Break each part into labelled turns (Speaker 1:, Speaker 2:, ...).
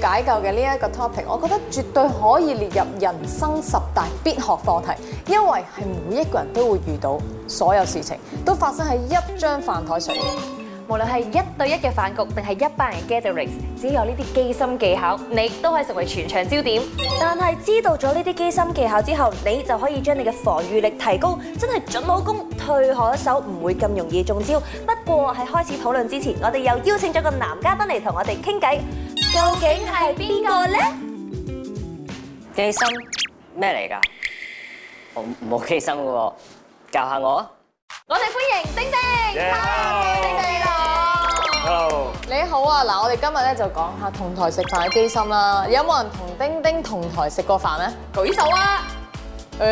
Speaker 1: 解救嘅呢一個 topic，我覺得絕對可以列入人生十大必學課題，因為係每一個人都會遇到，所有事情都發生喺一張飯台上面。
Speaker 2: 無論係一對一嘅飯局定係一班人 gatherings，只要有呢啲機心技巧，你都可以成為全場焦點。
Speaker 3: 但係知道咗呢啲機心技巧之後，你就可以將你嘅防禦力提高，真係準老公退可守，唔會咁容易中招。不過喺開始討論之前，我哋又邀請咗個男嘉賓嚟同我哋傾偈，究竟係邊個呢？
Speaker 4: 機心咩嚟㗎？我冇機心嘅喎，教下我啊！
Speaker 2: 我哋歡迎丁丁
Speaker 5: Yeah
Speaker 2: Hi，丁丁啦！
Speaker 5: Hello，
Speaker 1: 你好啊，嗱，我哋今日咧就講下同台食飯嘅機心啦。有冇人同丁丁同台食過飯咧？
Speaker 2: 舉手啊！
Speaker 1: 誒、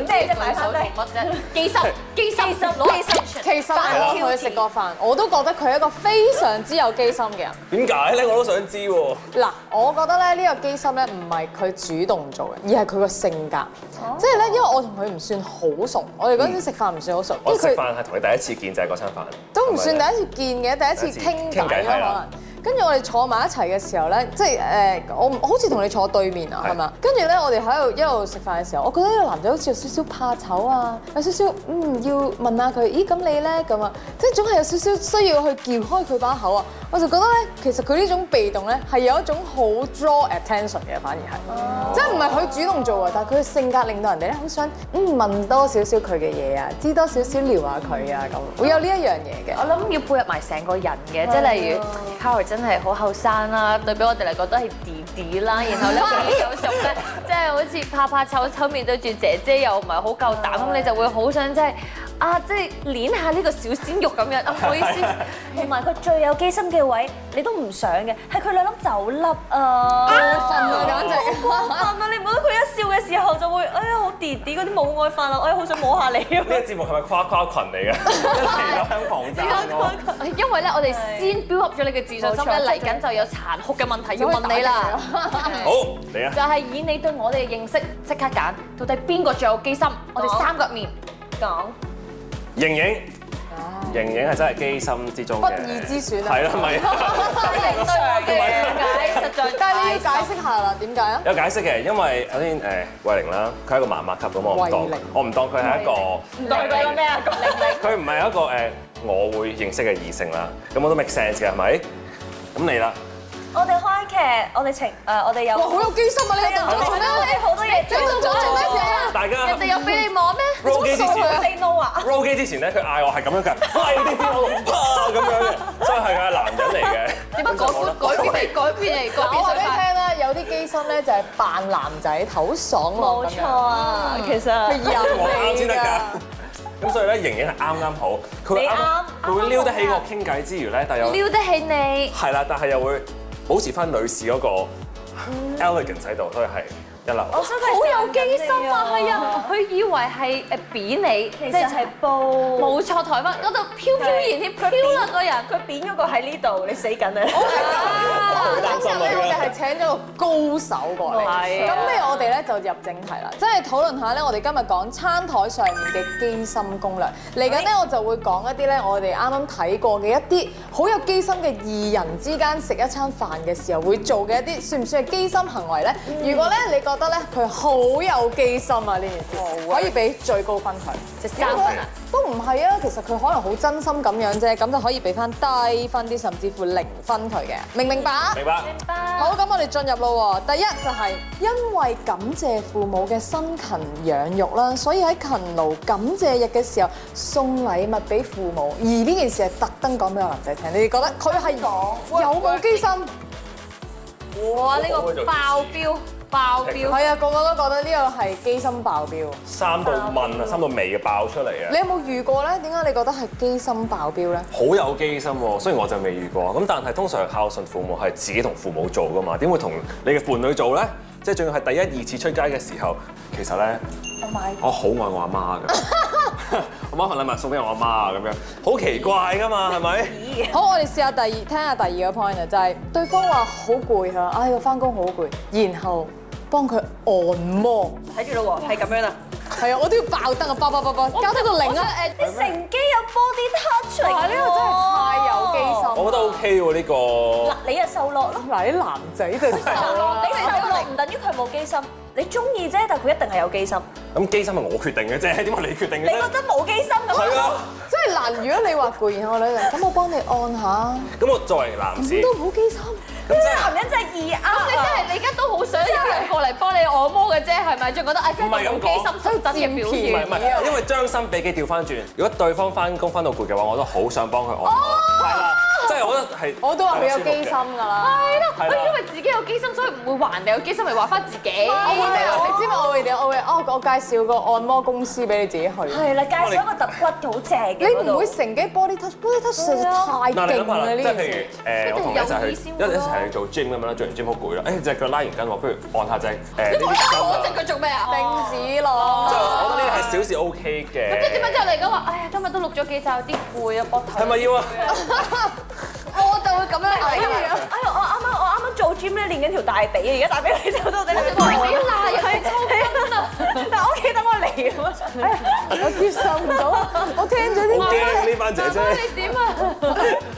Speaker 2: 你即係即擺手同乜啫？機 心，機心，攞機心。
Speaker 1: 其實我同佢食過飯，我都覺得佢係一個非常之有機心嘅人。
Speaker 6: 點解咧？我都想知喎。
Speaker 1: 嗱，我覺得咧呢個機心咧唔係佢主動做嘅，而係佢個性格。即係咧，因為我同佢唔算好熟，我哋嗰陣時食飯唔算好熟，
Speaker 6: 我
Speaker 1: 跟
Speaker 6: 食
Speaker 1: 住佢
Speaker 6: 飯係同你第一次見就係嗰餐飯，
Speaker 1: 都唔
Speaker 6: 係
Speaker 1: 算
Speaker 6: 咪
Speaker 1: 第一次見嘅，第一次傾偈
Speaker 6: 傾
Speaker 1: 啦
Speaker 6: 偈係啊
Speaker 1: 可能
Speaker 6: 啦。
Speaker 1: 跟住我哋坐埋一齊嘅時候咧，即係誒、我唔好似同你坐對面啊，
Speaker 6: 係
Speaker 1: 係嘛？跟住咧，我哋喺度一路食飯嘅時候，我覺得呢個男仔好似有少少怕醜啊，有少少嗯要問下佢，咦咁你咧咁啊，即係總係有少少需要去撬開佢把口啊。我就覺得咧，其實佢呢種被動咧係有一種好 draw attention 嘅，反而係，即係唔係佢主動做啊，但係佢嘅性格令到人哋咧好想嗯問多少少佢嘅嘢啊，知多少少聊下佢啊咁，會有呢一樣嘢嘅
Speaker 2: 我。諗要配合埋成個人嘅，即係例如 Howard 真係好後生啦，對比我哋嚟講都係弟弟啦，然後咧佢有熟咧，即係好似怕怕醜醜面對住姐姐又唔係好夠膽，咁你就會好想即係啊，即係捏下呢個小鮮肉咁樣，啊唔好意思，
Speaker 3: 同埋佢最有機心嘅位，你都唔想嘅，係佢兩粒酒粒啊！
Speaker 1: 瞓啊，簡直。
Speaker 3: 過分啊！你唔覺得佢一笑嘅時候就會，哎呀好弟弟嗰啲母愛飯啊，我呀好想摸下你咁
Speaker 6: 呢個節目係咪誇誇群嚟 嘅？一嚟就香港爭我。
Speaker 2: 因為咧我哋先 build up 咗你嘅自信心咧，嚟緊就有殘酷嘅問題要問你啦，
Speaker 6: 好，嚟啊！
Speaker 2: 就係以你對我哋嘅認識即刻揀，到底邊個最有機心？我哋三個入面講。
Speaker 6: 盈盈，盈盈係真係機心之中嘅
Speaker 1: 不二之選啊
Speaker 6: 係啦，咪
Speaker 2: 對我嘅解實在
Speaker 1: 但係
Speaker 2: 太
Speaker 1: 你要解釋下啦，點解啊？
Speaker 6: 有解釋嘅，因為首先誒慧玲啦，佢係一個媽媽級咁，我唔
Speaker 1: 慧
Speaker 6: 當
Speaker 1: 玲
Speaker 6: 我唔當佢係一個。
Speaker 2: 唔代表咩啊？咁令你
Speaker 6: 佢唔係一個誒、我會認識嘅異性啦，咁我都 make sense 嘅係咪？咁你啦，
Speaker 3: 我哋開劇，我哋情誒，我哋有
Speaker 1: 哇，好有機心啊！你有動作做咩？
Speaker 3: 我哋好多嘢
Speaker 1: 你有動作做咩事啊？
Speaker 6: 大家
Speaker 2: 人哋有俾你摸咩？
Speaker 6: roll 機之前
Speaker 3: say no 啊！
Speaker 6: roll 機之前咧，佢嗌我係咁樣㗎，係啲啲我啪咁樣嘅，所以係佢係男人嚟嘅。
Speaker 2: 點解改改變嚟改變嚟改
Speaker 1: 我話俾你
Speaker 2: 變想法？
Speaker 1: 聽啦，有啲機心咧就係扮男仔頭爽朗
Speaker 3: 冇
Speaker 1: 咁
Speaker 3: 錯
Speaker 1: 樣，哎
Speaker 3: 啊，其
Speaker 1: 佢
Speaker 3: 實
Speaker 1: 有
Speaker 6: 我啱
Speaker 1: 你
Speaker 6: 先得
Speaker 1: 㗎
Speaker 6: 㗎。咁所以咧，盈盈係啱啱好，佢會
Speaker 3: 你
Speaker 6: 啱
Speaker 3: 啱
Speaker 6: 佢會撩得起我傾偈之餘咧，但又
Speaker 2: 撩得起你，
Speaker 6: 係啦，但係又會保持翻女士嗰個 elegance 喺度，所以係一流。
Speaker 3: 我真係
Speaker 2: 好有機心啊！係啊，佢以為係誒扁你，
Speaker 3: 其
Speaker 2: 即
Speaker 3: 實
Speaker 2: 係
Speaker 3: 係煲，
Speaker 2: 冇錯，台灣嗰度飄飄然添，飄啦個人。
Speaker 3: 佢扁咗個喺呢度，你死緊啊！
Speaker 1: 今日咧，我哋係請咗個高手過嚟，
Speaker 2: 係
Speaker 1: 咁咧我哋咧就入正題啦，即係討論下咧，我哋今日講餐台上面嘅機心攻略。嚟緊咧，我就會講一啲咧，我哋啱啱睇過嘅一啲好有機心嘅二人之間食一餐飯嘅時候會做嘅一啲，算唔算係機心行為咧？如果咧你覺得咧佢好有機心啊呢件事，可以俾最高分佢。
Speaker 2: 就三分啊！
Speaker 1: 都唔係啊，其實佢可能好真心咁樣啫，咁就可以俾翻低分啲，甚至乎零分佢嘅，明唔明白啊？
Speaker 6: 明白？
Speaker 1: 好，咁我哋進入咯喎。第一就係因為感謝父母嘅辛勤養育啦，所以喺勤勞感謝日嘅時候送禮物俾父母，而呢件事係特登講俾個男仔聽。你哋覺得佢係有冇機心？
Speaker 2: 哇，呢個爆標爆標，
Speaker 1: 係啊，個個都覺得呢個係機心爆表。
Speaker 6: 三到問啊，三到尾嘅爆出嚟啊
Speaker 1: 你！有冇遇過咧？點解你覺得係機心爆表咧？
Speaker 6: 好有機心喎，雖然我就未遇過，咁但係通常孝順父母係自己同父母做噶嘛，點會同你嘅伴侶做咧？即係仲要係第一二次出街嘅時候，其實咧，我好愛我阿媽㗎，我媽份禮物送俾我阿媽啊，咁樣好奇怪㗎 嘛，係咪？
Speaker 1: 好，我哋試下第二，聽下第二個 point 啊，就係對方話好攰啊，唉，我翻工好攰，然後幫佢按摩。
Speaker 3: 睇住咯喎，係咁樣啦，
Speaker 1: 係啊，我都要爆燈啊，爆爆爆爆，搞到個零啊！
Speaker 3: 啲成肌有 body touch 嚟
Speaker 2: 哇！呢個真係太有機心。
Speaker 6: 我覺得 OK 喎呢個。
Speaker 3: 嗱，你啊瘦落咯，
Speaker 1: 嗱，啲男仔就受啦，
Speaker 3: 你瘦落啊唔等於佢冇機心，你中意啫，但佢一定係有機心。
Speaker 6: 咁機心係我決定嘅啫，點解你決定
Speaker 3: 你
Speaker 6: 嘅
Speaker 3: 覺
Speaker 6: 啫？
Speaker 3: 得冇機心
Speaker 6: 係
Speaker 3: 咁？
Speaker 6: 啊，
Speaker 1: 真係難。如果你話攰，然後我女嚟，咁我幫你按下，
Speaker 6: 咁我作為男士
Speaker 1: 咁，都冇機心。
Speaker 6: 咁即係
Speaker 3: 男人真係易呃
Speaker 2: 你真係你而家都好想有人過嚟幫你按摩嘅啫，係咪？仲覺得啊，真係好機心真真嘅表
Speaker 6: 唔係唔
Speaker 2: 現。
Speaker 6: 係，因為將心比己調翻轉，如果對方翻工翻到攰嘅話，我都好想幫佢按摩，係啦，即係我覺得係。
Speaker 1: 哦我都話佢有機心㗎啦。
Speaker 2: 係啦，
Speaker 6: 係啦
Speaker 2: 我因為自己有機心，所以唔會還你有機心，咪還翻自己。
Speaker 1: 我會你知唔知我會點？我會哦，我介紹個按摩公司俾你自己去。
Speaker 3: 係啦，介紹一個揼骨好正嘅。
Speaker 1: 你唔會成機 body touch，body touch 實在太
Speaker 6: 嗱，你
Speaker 1: 勁
Speaker 6: 諗下
Speaker 1: 啦
Speaker 6: 啦，
Speaker 1: 呢
Speaker 6: 即
Speaker 1: 件
Speaker 6: 係譬
Speaker 1: 事。
Speaker 6: 如誒，我同你一齊去一一齊去做 gym 咁樣啦，做完 gym 好攰啦，誒隻腳拉完筋，我不如按下隻誒呢
Speaker 2: 我
Speaker 6: 啲手
Speaker 2: 我
Speaker 6: 啊
Speaker 2: 隻腳做咩啊？
Speaker 1: 定子啊咯
Speaker 6: 即係。我覺得呢啲係小事 OK
Speaker 2: 即係點解
Speaker 6: 嘅。
Speaker 2: 之後你而家話，哎呀，今日都錄咗幾集，有啲攰啊，膊頭。
Speaker 6: 係咪要啊？
Speaker 2: 我就會咁樣嚟㗎啦。
Speaker 3: 哎呀，我啱啱我啱啱做 gym 咧練緊條大髀啊，而家大髀你走到底
Speaker 2: 我條大髀罅入去抽筋啊！
Speaker 3: 但我屋企等我嚟咁啊！哎呀
Speaker 1: 我接受唔到，我聽咗啲
Speaker 6: 好
Speaker 1: 嘢。
Speaker 6: 驚呢班姐姐。
Speaker 2: 你點 啊？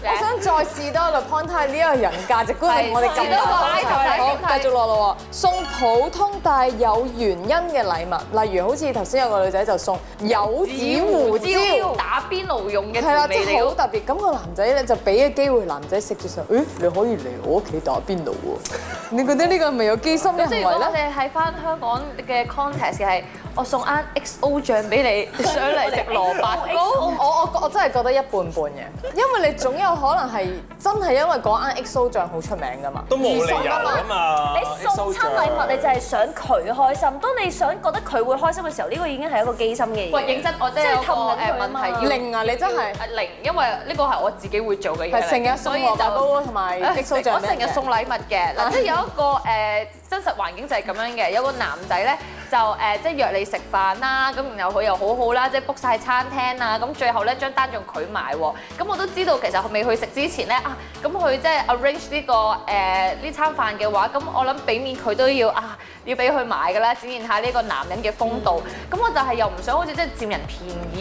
Speaker 1: 我想再試多個 point，睇下呢個人價值觀係我哋咁大反差。好，繼續落咯喎，送普通但係有原因嘅禮物，例如好似頭先有個女仔就送柚子胡椒。
Speaker 2: 打邊爐用嘅
Speaker 1: 係啦，
Speaker 2: 調
Speaker 1: 即
Speaker 2: 味
Speaker 1: 係好
Speaker 2: 料。
Speaker 1: 特別。咁個男仔咧就俾個機會男仔食住上，誒你可以嚟我屋企打邊爐喎。你覺得呢個係咪有機心嘅行
Speaker 2: 即係如果
Speaker 1: 為
Speaker 2: 我
Speaker 1: 咧？
Speaker 2: 哋喺翻香港嘅 context 係，我送啱 XO 醬俾你，上嚟食蘿蔔
Speaker 1: 我
Speaker 2: 糕。
Speaker 1: 我我我真係覺得一半半嘅，因為你總有可能係真係因為嗰間 XO 醬好出名㗎嘛，
Speaker 6: 都冇理由啊嘛！
Speaker 3: 你送親禮物，你就係想佢開心。當你想覺得佢會開心嘅時候，呢個已經係一個機心嘅嘢。
Speaker 2: 喂，認真，我真係有個誒
Speaker 3: 即係氹緊佢啊
Speaker 2: 問
Speaker 3: 嘛
Speaker 2: 題要
Speaker 1: 零啊你真係
Speaker 2: 啊零，因為呢個係我自己會做嘅嘢嚟，
Speaker 1: 係成日送
Speaker 2: 所以
Speaker 1: 蘿蔔
Speaker 2: 就
Speaker 1: 糕同埋激素醬
Speaker 2: 我成日送禮物嘅，
Speaker 1: 啊
Speaker 2: 嗱，即係有一個誒真實環境就係咁樣嘅，有個男仔咧就誒即係約你食飯啦，咁然後佢又好好啦，即係 book 晒餐廳啊，咁最後咧張單仲佢埋喎，咁我都知道其實佢未去食之前咧啊，咁佢即係 arrange 呢個誒呢餐飯嘅話，咁我諗俾面佢都要啊要俾佢買㗎啦，展現下呢個男人嘅風度。
Speaker 1: 嗯
Speaker 2: 咁我就係又唔想好似即係佔人便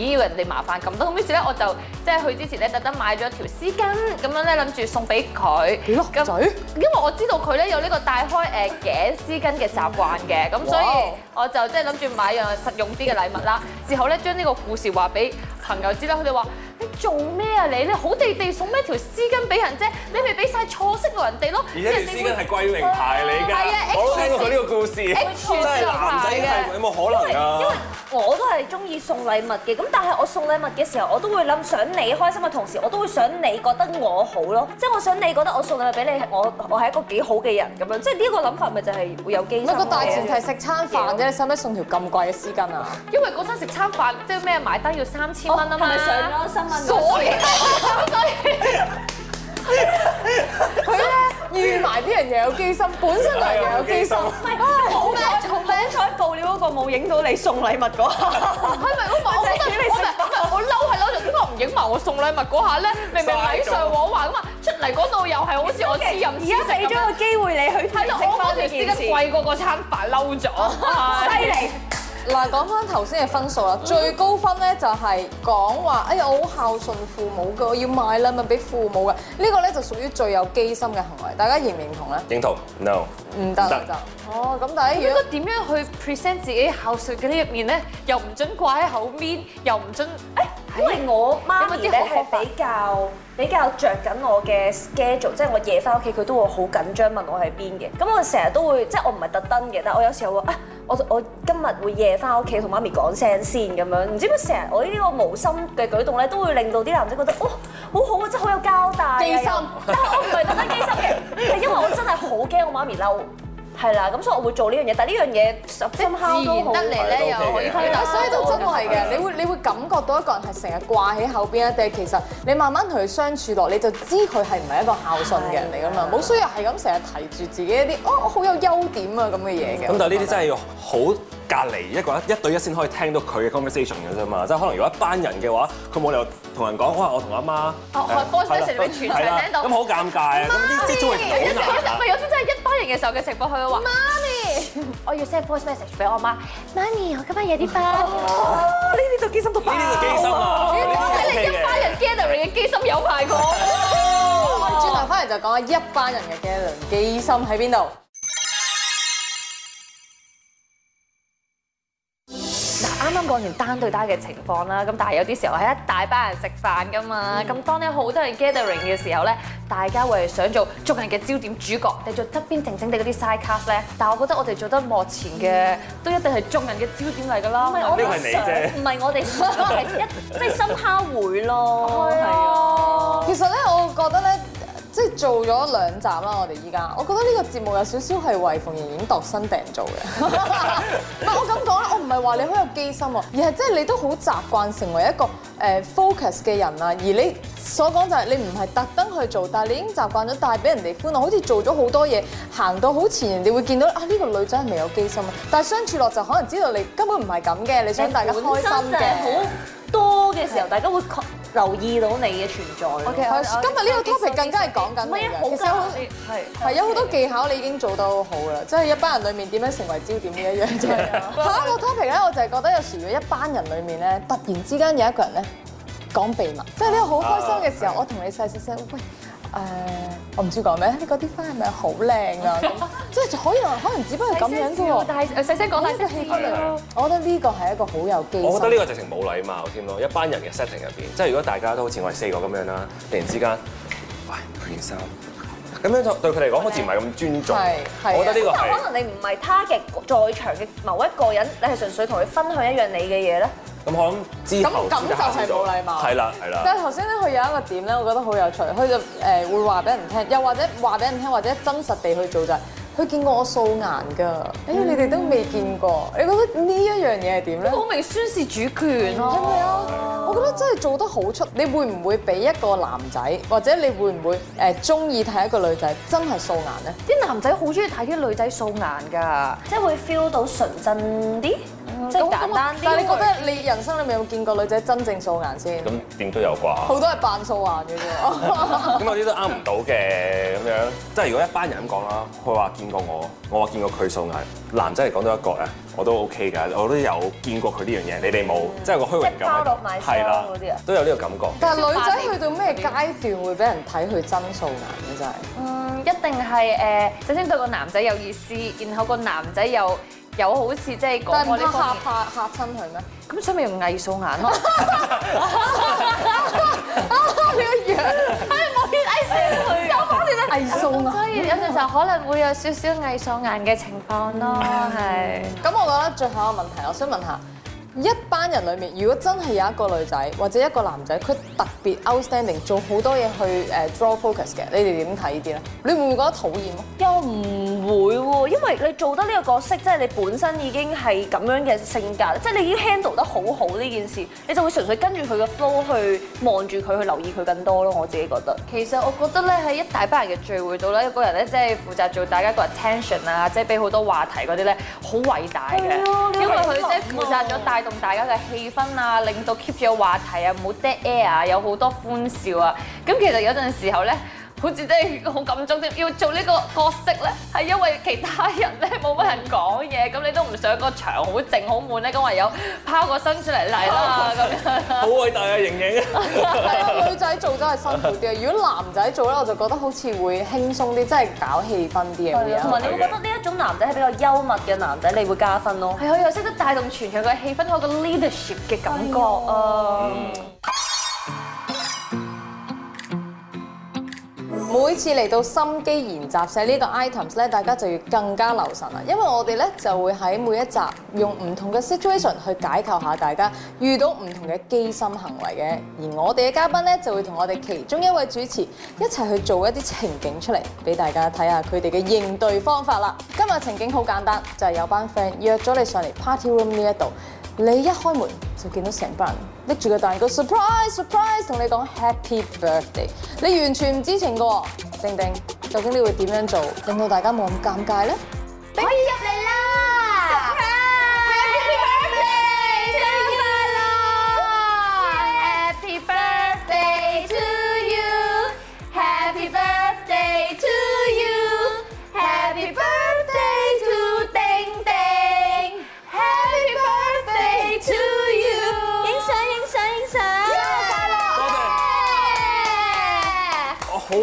Speaker 2: 宜，要人哋麻煩咁多，咁於是咧我就即係去之前咧特登買咗條絲巾咁樣咧諗住送俾佢。
Speaker 1: 幾碌
Speaker 2: 咁
Speaker 1: 嘴？
Speaker 2: 因為我知道佢咧有呢個戴開誒頸絲巾嘅習慣嘅，咁所以我就即係諗住買樣實用啲嘅禮物啦。之後咧將呢個故事話俾朋友知啦，佢哋話：你做咩啊你？你好地地送咩條絲巾俾人啫？你咪俾晒錯色路人哋咯。
Speaker 6: 而且條絲巾係貴名牌嚟㗎
Speaker 2: 係啊，
Speaker 6: 我都聽過佢呢個故事，真
Speaker 2: H
Speaker 6: 係男仔係有冇可能
Speaker 3: 因為
Speaker 6: 啊？
Speaker 3: 我都係中意送禮物嘅，咁但係我送禮物嘅時候，我都會諗想你開心嘅同時，我都會想你覺得我好咯，即係我想你覺得我送禮物俾你，我我係一個幾好嘅人咁樣，即係呢個諗法咪就係會有機心
Speaker 1: 唔
Speaker 3: 咯。
Speaker 1: 係個大前提食餐飯啫，你使唔使送條咁貴嘅絲巾啊？
Speaker 2: 因為嗰餐食餐飯即係咩買單要三千
Speaker 3: 哦，
Speaker 2: 蚊啊嘛，
Speaker 3: 係咪上咗新聞？
Speaker 2: 所以
Speaker 1: 佢咧預埋啲人又有機心，本身個人又有機心，
Speaker 3: 唔係，好彩好彩報料嗰個冇影到你送禮物嗰 下。
Speaker 2: 係咪我咪我咪我咪我咪嬲係嬲就點解我唔影埋我送禮物嗰下咧？明明禮尚往還咁嘛，出嚟嗰度又係好似我黐任
Speaker 3: 而
Speaker 2: 黐
Speaker 3: 家俾
Speaker 2: 食咁
Speaker 3: 咗
Speaker 2: 樣。
Speaker 3: 個機會你去
Speaker 2: 係
Speaker 3: 睇
Speaker 2: 咯，
Speaker 3: 翻
Speaker 2: 我嗰
Speaker 3: 呢
Speaker 2: 條
Speaker 3: 件
Speaker 2: 絲
Speaker 3: 事
Speaker 2: 巾，貴過個餐飯，嬲咗。哦
Speaker 3: 犀利。
Speaker 1: 嗱，講翻頭先嘅分數啦，最高分咧就係講話，哎呀，我好孝順父母嘅，我要買禮物俾父母嘅，呢個咧就屬於最有機心嘅行為，大家認唔認同咧？
Speaker 6: 認同？No，
Speaker 1: 唔得
Speaker 6: 唔得
Speaker 1: 唔得，哦，咁但係如
Speaker 2: 應
Speaker 1: 果
Speaker 2: 該點樣去 present 自己孝順嘅呢一面咧？又唔準掛喺後面，又唔準誒。
Speaker 3: 因為哎我媽咪咧
Speaker 2: 有冇啲好方法
Speaker 3: 係比較比較着緊我嘅 schedule，即係我夜翻屋企佢都會好緊張問我喺邊嘅。咁我成日都會即係我唔係特登嘅，但係我有時候會啊，我我今日會夜翻屋企同媽咪講聲先咁樣。唔知點解成日我呢個無心嘅舉動咧，都會令到啲男仔覺得哦好好啊，真係好有交代啊。
Speaker 1: 機心
Speaker 3: 又但係我唔係特登機心嘅，係因為我真係好驚我媽咪嬲。係啦，咁所以我會做呢樣嘢，但係呢樣嘢即係
Speaker 2: 自然得嚟咧，又可以
Speaker 6: 係
Speaker 2: 推
Speaker 1: 但
Speaker 2: 打
Speaker 1: 係所以都真係嘅，你會你會感覺到一個人係成日掛喺後邊啊，定係其實你慢慢同佢相處落，你就知佢係唔係一個孝順嘅人嚟噶嘛，冇需要係咁成日提住自己一啲哦，我好有優點啊咁嘅嘢嘅。
Speaker 6: 咁但係呢啲真係要好隔離一個一對一先可以聽到佢嘅 conversation 嘅啫嘛，即係可能如果一班人嘅話，佢冇理由同人講，哇！我同阿媽
Speaker 2: 哦
Speaker 6: 誒
Speaker 2: 開 voice
Speaker 6: 係啦
Speaker 2: message，你全
Speaker 6: 係啦
Speaker 2: 程聽到
Speaker 6: 咁好尷尬啊！咁呢啲都係
Speaker 2: 有時
Speaker 6: 好難啊
Speaker 2: 咪有啲真係一班人嘅時候嘅情況，佢會話：媽咪， 我要 send voice message 俾我媽，媽咪，我今晚夜啲翻。
Speaker 6: 呢啲就機心啊！
Speaker 2: 我
Speaker 6: 呢
Speaker 2: 喺
Speaker 6: 啲 OK
Speaker 2: 你一班
Speaker 6: 嘅。
Speaker 2: 人 gathering 嘅機心有排講。
Speaker 1: 我哋轉頭翻嚟就講下一班人嘅 g a 機心喺邊度。
Speaker 2: 嗱，啱啱講完單對單嘅情況啦，咁但係有啲時候係一大班人食飯噶嘛，咁、當你好多人 gathering 嘅時候咧，大家會係想做眾人嘅焦點主角，你做側邊靜靜地嗰啲 side cast 咧，但係我覺得我哋做得幕前嘅都一定係眾人嘅焦點嚟㗎啦。
Speaker 3: 我
Speaker 6: 呢個係你啫
Speaker 3: 唔係我哋 想，係一即係深烤會
Speaker 6: 哦
Speaker 3: 咯，係啊。
Speaker 1: 其實咧，我覺得咧，即係做咗兩集啦，我哋依家，我覺得呢個節目有少少係為馮盈盈度身訂做嘅。 唔係我咁講啦，我唔係話你好有機心喎，而係即係你都好習慣成為一個誒 focus 嘅人啊，而你所講就係你唔係特登去做，但係你已經習慣咗帶俾人哋歡樂，好似做咗好多嘢，行到好前，人哋會見到啊呢、個女仔係咪有機心啊？但係相處落就可能知道你根本唔係咁嘅，你想大家開心
Speaker 3: 本身就係
Speaker 1: 嘅
Speaker 3: 好。多嘅時候，大家會確留意到你嘅存在咯。
Speaker 2: OK，
Speaker 1: 係今日呢個 topic 更加係講緊
Speaker 3: 唔
Speaker 1: 你
Speaker 3: 係啊，
Speaker 1: 嘅
Speaker 3: 好
Speaker 1: 其實好
Speaker 3: 㗎。
Speaker 2: 係
Speaker 1: 係有好多技巧你已經做到好啦，即係一班人裡面點樣成為焦點呢一樣嘢。
Speaker 6: 啊
Speaker 1: 下一個 topic 咧，我就係覺得有時如果一班人裡面咧，突然之間有一個人咧講秘密，即係呢個好開心嘅時
Speaker 6: 啊
Speaker 1: 候，我同你細細聲喂。誒、我唔知講咩，你嗰啲花係咪好靚 啊？咁即係可能可能只不過係咁樣啫喎。
Speaker 2: 但係細聲講大
Speaker 1: 呢個
Speaker 2: 聲
Speaker 1: 氣
Speaker 2: 啲
Speaker 1: 氛
Speaker 6: 啊
Speaker 2: 咯
Speaker 1: 裡，我覺得呢個係一個好有機心。
Speaker 6: 我覺得呢個直情冇禮貌添咯，一班人嘅 setting 入邊，即係如果大家都好似我哋四個咁樣啦，突然之間，喂，佢件衫，咁樣就對佢嚟講好似唔係咁尊重。
Speaker 1: 係係啊
Speaker 6: 我覺得呢個
Speaker 3: 但
Speaker 6: 係
Speaker 3: 可能你唔係 target 在場嘅某一個人，你係純粹同佢分享一樣你嘅嘢咧。
Speaker 6: 咁，我諗之後
Speaker 1: 咁咁就係冇禮貌
Speaker 6: 係啦，係啦。
Speaker 1: 但係頭先咧，佢有一個點咧，我覺得好有趣，佢就誒會話俾人聽，又或者話俾人聽，或者真實地去做就係、佢見過我素顏㗎，誒你哋都未見過，你覺得呢一樣嘢係點咧？
Speaker 2: 好明宣示主權咯。
Speaker 1: 係咪啊？我覺得真係做得好出，你會唔會俾一個男仔，或者你會唔會誒中意睇一個女仔真係素顏咧？
Speaker 2: 啲男仔好中意睇啲女仔素顏㗎，
Speaker 3: 即係會 feel 到純真啲，
Speaker 1: 嗯
Speaker 3: 即係簡單啲。
Speaker 1: 但係你覺得你人生裏面有冇見過女仔真正素顏先？
Speaker 6: 咁點都有啩？
Speaker 1: 好多係扮素顏嘅 啫。
Speaker 6: 咁有啲都啱唔到嘅咁樣，即係如果一班人咁講啦，佢話見過我，我話見過佢素顏，男仔嚟講到一個咧，我都 OK 㗎，我都有見過佢呢樣嘢，你哋冇，即係有個
Speaker 3: 嗯
Speaker 6: 虛榮
Speaker 3: 即係包
Speaker 6: 感喺度
Speaker 3: 落埋箱
Speaker 6: 係啦
Speaker 3: 嗰啲啊，
Speaker 6: 都有呢個感覺。
Speaker 1: 但係女仔去到咩階段會俾人睇佢真素顏咧？真係。
Speaker 2: 嗯，一定係誒、呃首先對個男仔有意思，然後個男仔又又好似即
Speaker 1: 但
Speaker 2: 係講
Speaker 1: 係
Speaker 2: 過
Speaker 1: 唔
Speaker 2: 呢
Speaker 1: 怕
Speaker 2: 方
Speaker 1: 嚇
Speaker 2: 面，
Speaker 1: 怕嚇親佢咩？
Speaker 2: 咁所以咪用藝術眼 咯。
Speaker 1: 你個樣藝術 啊！
Speaker 2: 所以有陣時候可能會有少少藝術眼嘅情況咯，係。
Speaker 1: 咁我覺得最後一個問題，我想問下一班人裏面，如果真係有一個女仔或者一個男仔，佢特別 outstanding，做好多嘢去誒 draw focus 嘅，你哋點睇呢啲咧？你會唔會覺得討厭 啊？
Speaker 3: 又唔會喎，因為你做得呢個角色，即係你本身已經係咁樣嘅性格，即係你已經 handle 得好好呢件事，你就會純粹跟住佢嘅 flow 去望住佢，去留意佢更多咯。我自己覺得。
Speaker 2: 其實我覺得咧喺一大班人嘅聚會度咧，有個人咧即係負責做大家個 attention 啊，即係俾好多話題嗰啲咧，好偉大嘅，因為佢即係負責咗帶動大家嘅氣氛啊，令到 keep 住有話題啊，冇 dead air 啊，有好多歡笑啊。咁其實有陣時候咧。好似真係好感動添，要做呢個角色咧，係因為其他人咧冇乜人講嘢，咁你都唔想個場好靜好悶咧，咁唯有拋個身出嚟嚟啦咁樣。
Speaker 6: 好偉大啊，盈 盈！
Speaker 1: 係啊，女仔做真係辛苦啲啊！如果男仔做咧，我就覺得好似會輕鬆啲，真係搞氣氛啲嘅啊會
Speaker 3: 同
Speaker 1: 有。
Speaker 3: 埋你會覺得呢一種男仔係比較幽默嘅男仔，你會加分咯。
Speaker 2: 係佢又識得帶動全場嘅氣氛，有個 leadership 嘅感覺啊！
Speaker 1: 每次嚟到心機研習社呢個 items 咧，大家就要更加留神啦，因為我哋咧就會喺每一集用唔同嘅 situation 去解構下大家遇到唔同嘅機心行為嘅，而我哋嘅嘉賓咧就會同我哋其中一位主持一齊去做一啲情景出嚟，俾大家睇下佢哋嘅應對方法啦。今日情景好簡單，就係、有班 friend 約咗你上嚟 party room 呢一度。你一開門就見到成班人拎住個蛋糕，surprise surprise，同你講 Happy Birthday，你完全唔知情嘅喎。定定，究竟你會點樣做，令到大家冇咁尷尬呢？
Speaker 2: 可以入嚟啦！Happy birthday to you，Happy birthday to you，Happy birthday to Day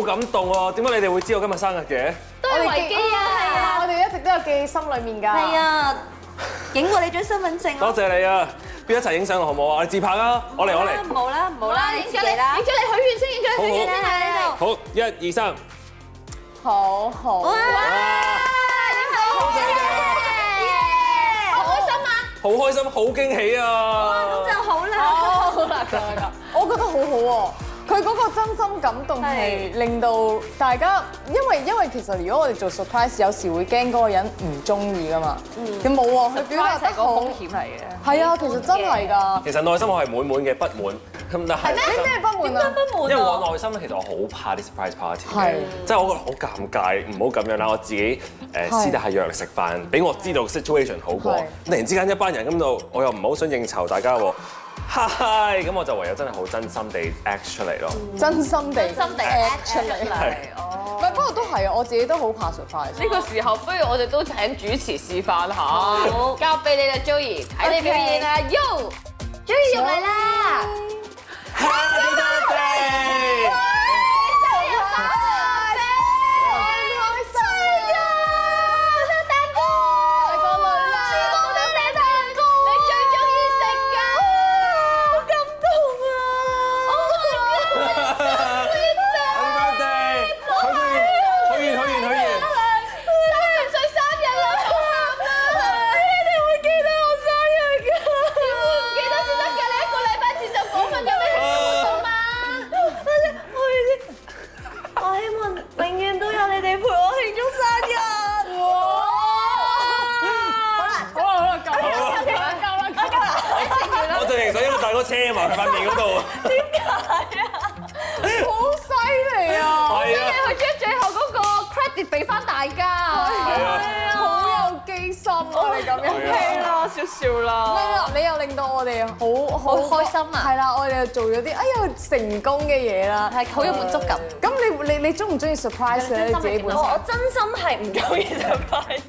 Speaker 6: 感動喎！點解你哋會知我今日生日嘅？
Speaker 2: 都係維基啊，係啊。
Speaker 1: 我哋一直都有記喺心裏面㗎。
Speaker 3: 係啊，影過你張身份證
Speaker 6: 多
Speaker 3: 啊。
Speaker 6: 謝你啊！邊一齊影相好唔好啊？我哋自拍啦！我嚟我嚟，
Speaker 3: 唔好啦，唔好
Speaker 2: 好
Speaker 3: 啦，
Speaker 2: 啦，
Speaker 3: 你
Speaker 2: 影
Speaker 3: 自
Speaker 2: 咗
Speaker 3: 己
Speaker 2: 你，
Speaker 3: 啦
Speaker 2: 影。咗你許願先，影咗你許願
Speaker 6: 好
Speaker 2: 先
Speaker 6: 好
Speaker 2: 係你哋。
Speaker 6: 好一二三，
Speaker 1: 好好。
Speaker 2: 啊
Speaker 3: 哇！
Speaker 6: 哇！多謝你哋，
Speaker 2: 好開心啊！
Speaker 6: 好開心，好驚喜啊！
Speaker 3: 咁就好啦。
Speaker 1: 好啦，咁樣啦我覺得好好喎。佢嗰個真心感動係令到大家，因為因為其實如果我哋做 surprise，有時會驚嗰個人唔中意噶嘛。
Speaker 2: 嗯
Speaker 1: 佢冇喎，佢表達得好。
Speaker 2: 險嚟嘅。
Speaker 1: 係啊，其實真係㗎。
Speaker 6: 其實內心我係滿滿嘅不滿，咁但係
Speaker 1: 你咩不滿啊？
Speaker 6: 因為我內心咧，其實我好怕啲 surprise party
Speaker 1: 係
Speaker 6: 嘅，即係我覺得好尷尬，唔好咁樣啦。我自己
Speaker 1: 係
Speaker 6: 誒私底下約嚟食飯，俾我知道 situation 好過
Speaker 1: 係。
Speaker 6: 突然之間一班人咁度，我又唔好想應酬大家喎。嗨，咁我就唯有真係好真心地 act 出嚟咯。
Speaker 1: 真心地，
Speaker 2: 真地 act 出嚟。哦，
Speaker 1: 唔係，不過都係啊，我自己都好怕 surprise。
Speaker 2: 呢個時候不如我哋都請主持示範下，交俾你啦，Joey，睇你表演啦，Yo，Joey 入嚟啦！
Speaker 6: Happy birthday！Happy birthday！許願，許願，許願，許願。
Speaker 3: 我希望永遠都有你哋陪我慶祝生日。好啦，
Speaker 1: 好啦好啦，夠
Speaker 6: 好啦
Speaker 1: 啦，夠啦，夠啦。
Speaker 6: 我最型想一個大哥車埋佢塊面嗰度。
Speaker 1: 好犀利啊！
Speaker 6: 係啊，係啊。
Speaker 1: 好有機心啊！你咁樣
Speaker 6: 係
Speaker 1: 啦，
Speaker 2: 少少
Speaker 1: 唔係
Speaker 2: 啦，
Speaker 1: 啦，你又令到我哋好好
Speaker 2: 好開心啊
Speaker 1: 係啦，我哋又做咗啲哎呀成功嘅嘢啦。
Speaker 2: 係好有滿足感。
Speaker 1: 咁你你你中唔中意 surprise 咧？你自己本身
Speaker 3: 我我真心係唔中意 surprise，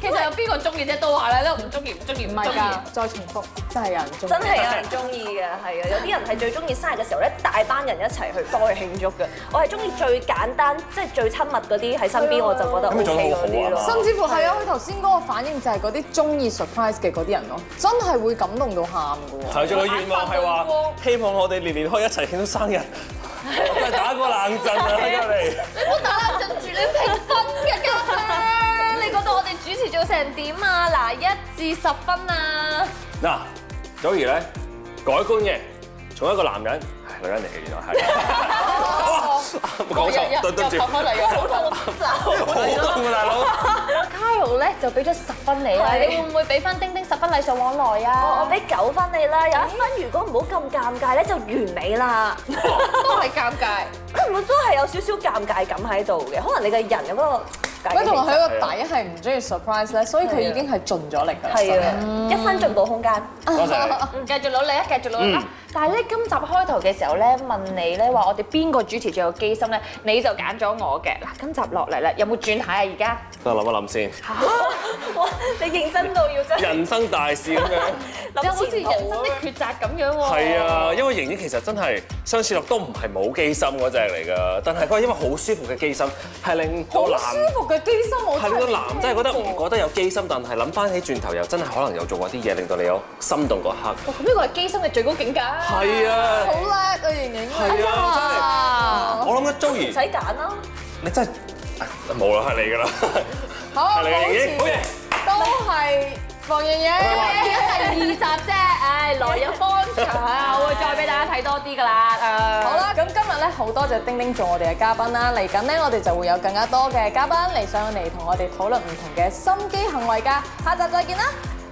Speaker 2: 其實有邊個中意啫？都話 咧，都唔中意，唔中意，唔
Speaker 1: 唔
Speaker 2: 中
Speaker 1: 係㗎
Speaker 2: 意。，
Speaker 1: 再重複真係有人中意。
Speaker 3: 真係有人中意嘅，係啊，有啲人係最中意生日嘅時候咧，大班人一齊去幫佢慶祝嘅。我係中意最簡單，即係最親密嗰啲喺身邊，我就覺得
Speaker 6: 咁你做得
Speaker 3: OK
Speaker 6: 好好
Speaker 3: 嗰啲
Speaker 6: 啊
Speaker 3: 咯。
Speaker 1: 甚至乎係啊！佢頭先嗰個反應就係嗰啲中意 surprise 嘅嗰啲人咯，真係會感動到喊㗎喎。
Speaker 6: 提出個願望係話，希望我哋年年可以一齊慶祝生日。我真係打個冷震啊！喺隔離。
Speaker 2: 你唔好打冷震住，你要評分嘅家長。你覺得我哋主持做成點啊？嗱，一至十分啊！
Speaker 6: 嗱，祖兒咧改觀嘅，從一個男人，唉，女人嚟嘅原來係。冇講錯，對對唔住，好
Speaker 2: 嚟 嘅，好痛
Speaker 6: 痛啊，大佬！
Speaker 2: Kyle 咧就俾咗十分你啦，
Speaker 3: 係
Speaker 2: 你會唔會俾翻丁丁十分禮尚往來
Speaker 3: 我我
Speaker 2: 啊？
Speaker 3: 俾九分你啦，有一分如果唔好咁尷尬咧，就完美啦。
Speaker 2: 都係尷尬。
Speaker 3: 我都係有少少尷尬感喺度嘅，可能你嘅人有嗰個
Speaker 1: 喂，同埋佢個底係唔中意 surprise 咧，所以佢已經係盡咗力㗎啦。
Speaker 3: 係啊，
Speaker 2: 嗯
Speaker 3: 一分進步空間。
Speaker 6: 多謝你。
Speaker 2: 繼續努力啊，繼續努力啊！但係咧，今集開頭嘅時候咧，問你咧話我哋邊個主持最有機心咧，你就揀咗我嘅。嗱，今集落嚟啦，有冇轉下啊？而家
Speaker 6: 等我諗一諗先，
Speaker 3: 哇！你認真到要真係
Speaker 6: 人生大事咁樣。
Speaker 2: 有好
Speaker 3: 諗
Speaker 2: 似
Speaker 3: 前
Speaker 2: 人生
Speaker 3: 途咁
Speaker 2: 的
Speaker 3: 樣。
Speaker 2: 抉擇咁樣喎。
Speaker 6: 係啊，因為盈盈其實真係相處落都唔係冇機心嗰只嚟㗎，但係佢係因為好舒服嘅機心，係令到
Speaker 1: 好
Speaker 6: 男
Speaker 1: 舒。服嘅機心，我
Speaker 6: 係
Speaker 1: 真
Speaker 6: 個
Speaker 1: 係
Speaker 6: 男真係覺得唔覺得有機心，但係諗翻起轉頭又真係可能有做過啲嘢令到你有心動嗰刻。
Speaker 2: 咁呢個係機心嘅最高境界。
Speaker 6: 係啊，
Speaker 1: 好叻啊！盈盈，
Speaker 6: 係啊，
Speaker 2: 啊！
Speaker 6: 真係。我諗緊
Speaker 3: 唔
Speaker 6: Joey，
Speaker 3: 使揀啦，
Speaker 6: 你真係唉冇啦，係你㗎啦，
Speaker 1: 好，
Speaker 6: 係你嘅盈盈，
Speaker 1: 好
Speaker 6: 好
Speaker 1: 似
Speaker 6: 嘢。
Speaker 1: 都係馮盈盈。
Speaker 2: 第二集啫，唉，來 日方長，我會啊再俾大家睇多啲噶啦。
Speaker 1: 好，啦，咁今日咧好多謝丁丁做我哋嘅嘉賓啦，嚟緊咧我哋就會有更加多嘅嘉賓嚟上嚟同我哋討論唔同嘅心機行為㗎，下集再見啦，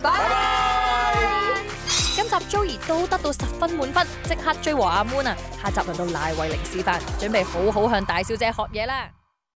Speaker 1: 拜拜。
Speaker 5: 今集 Joey 都得到十分滿分，即刻追和阿 Moon 啊！下集輪到賴慧玲示範，準備好好向大小姐學嘢啦！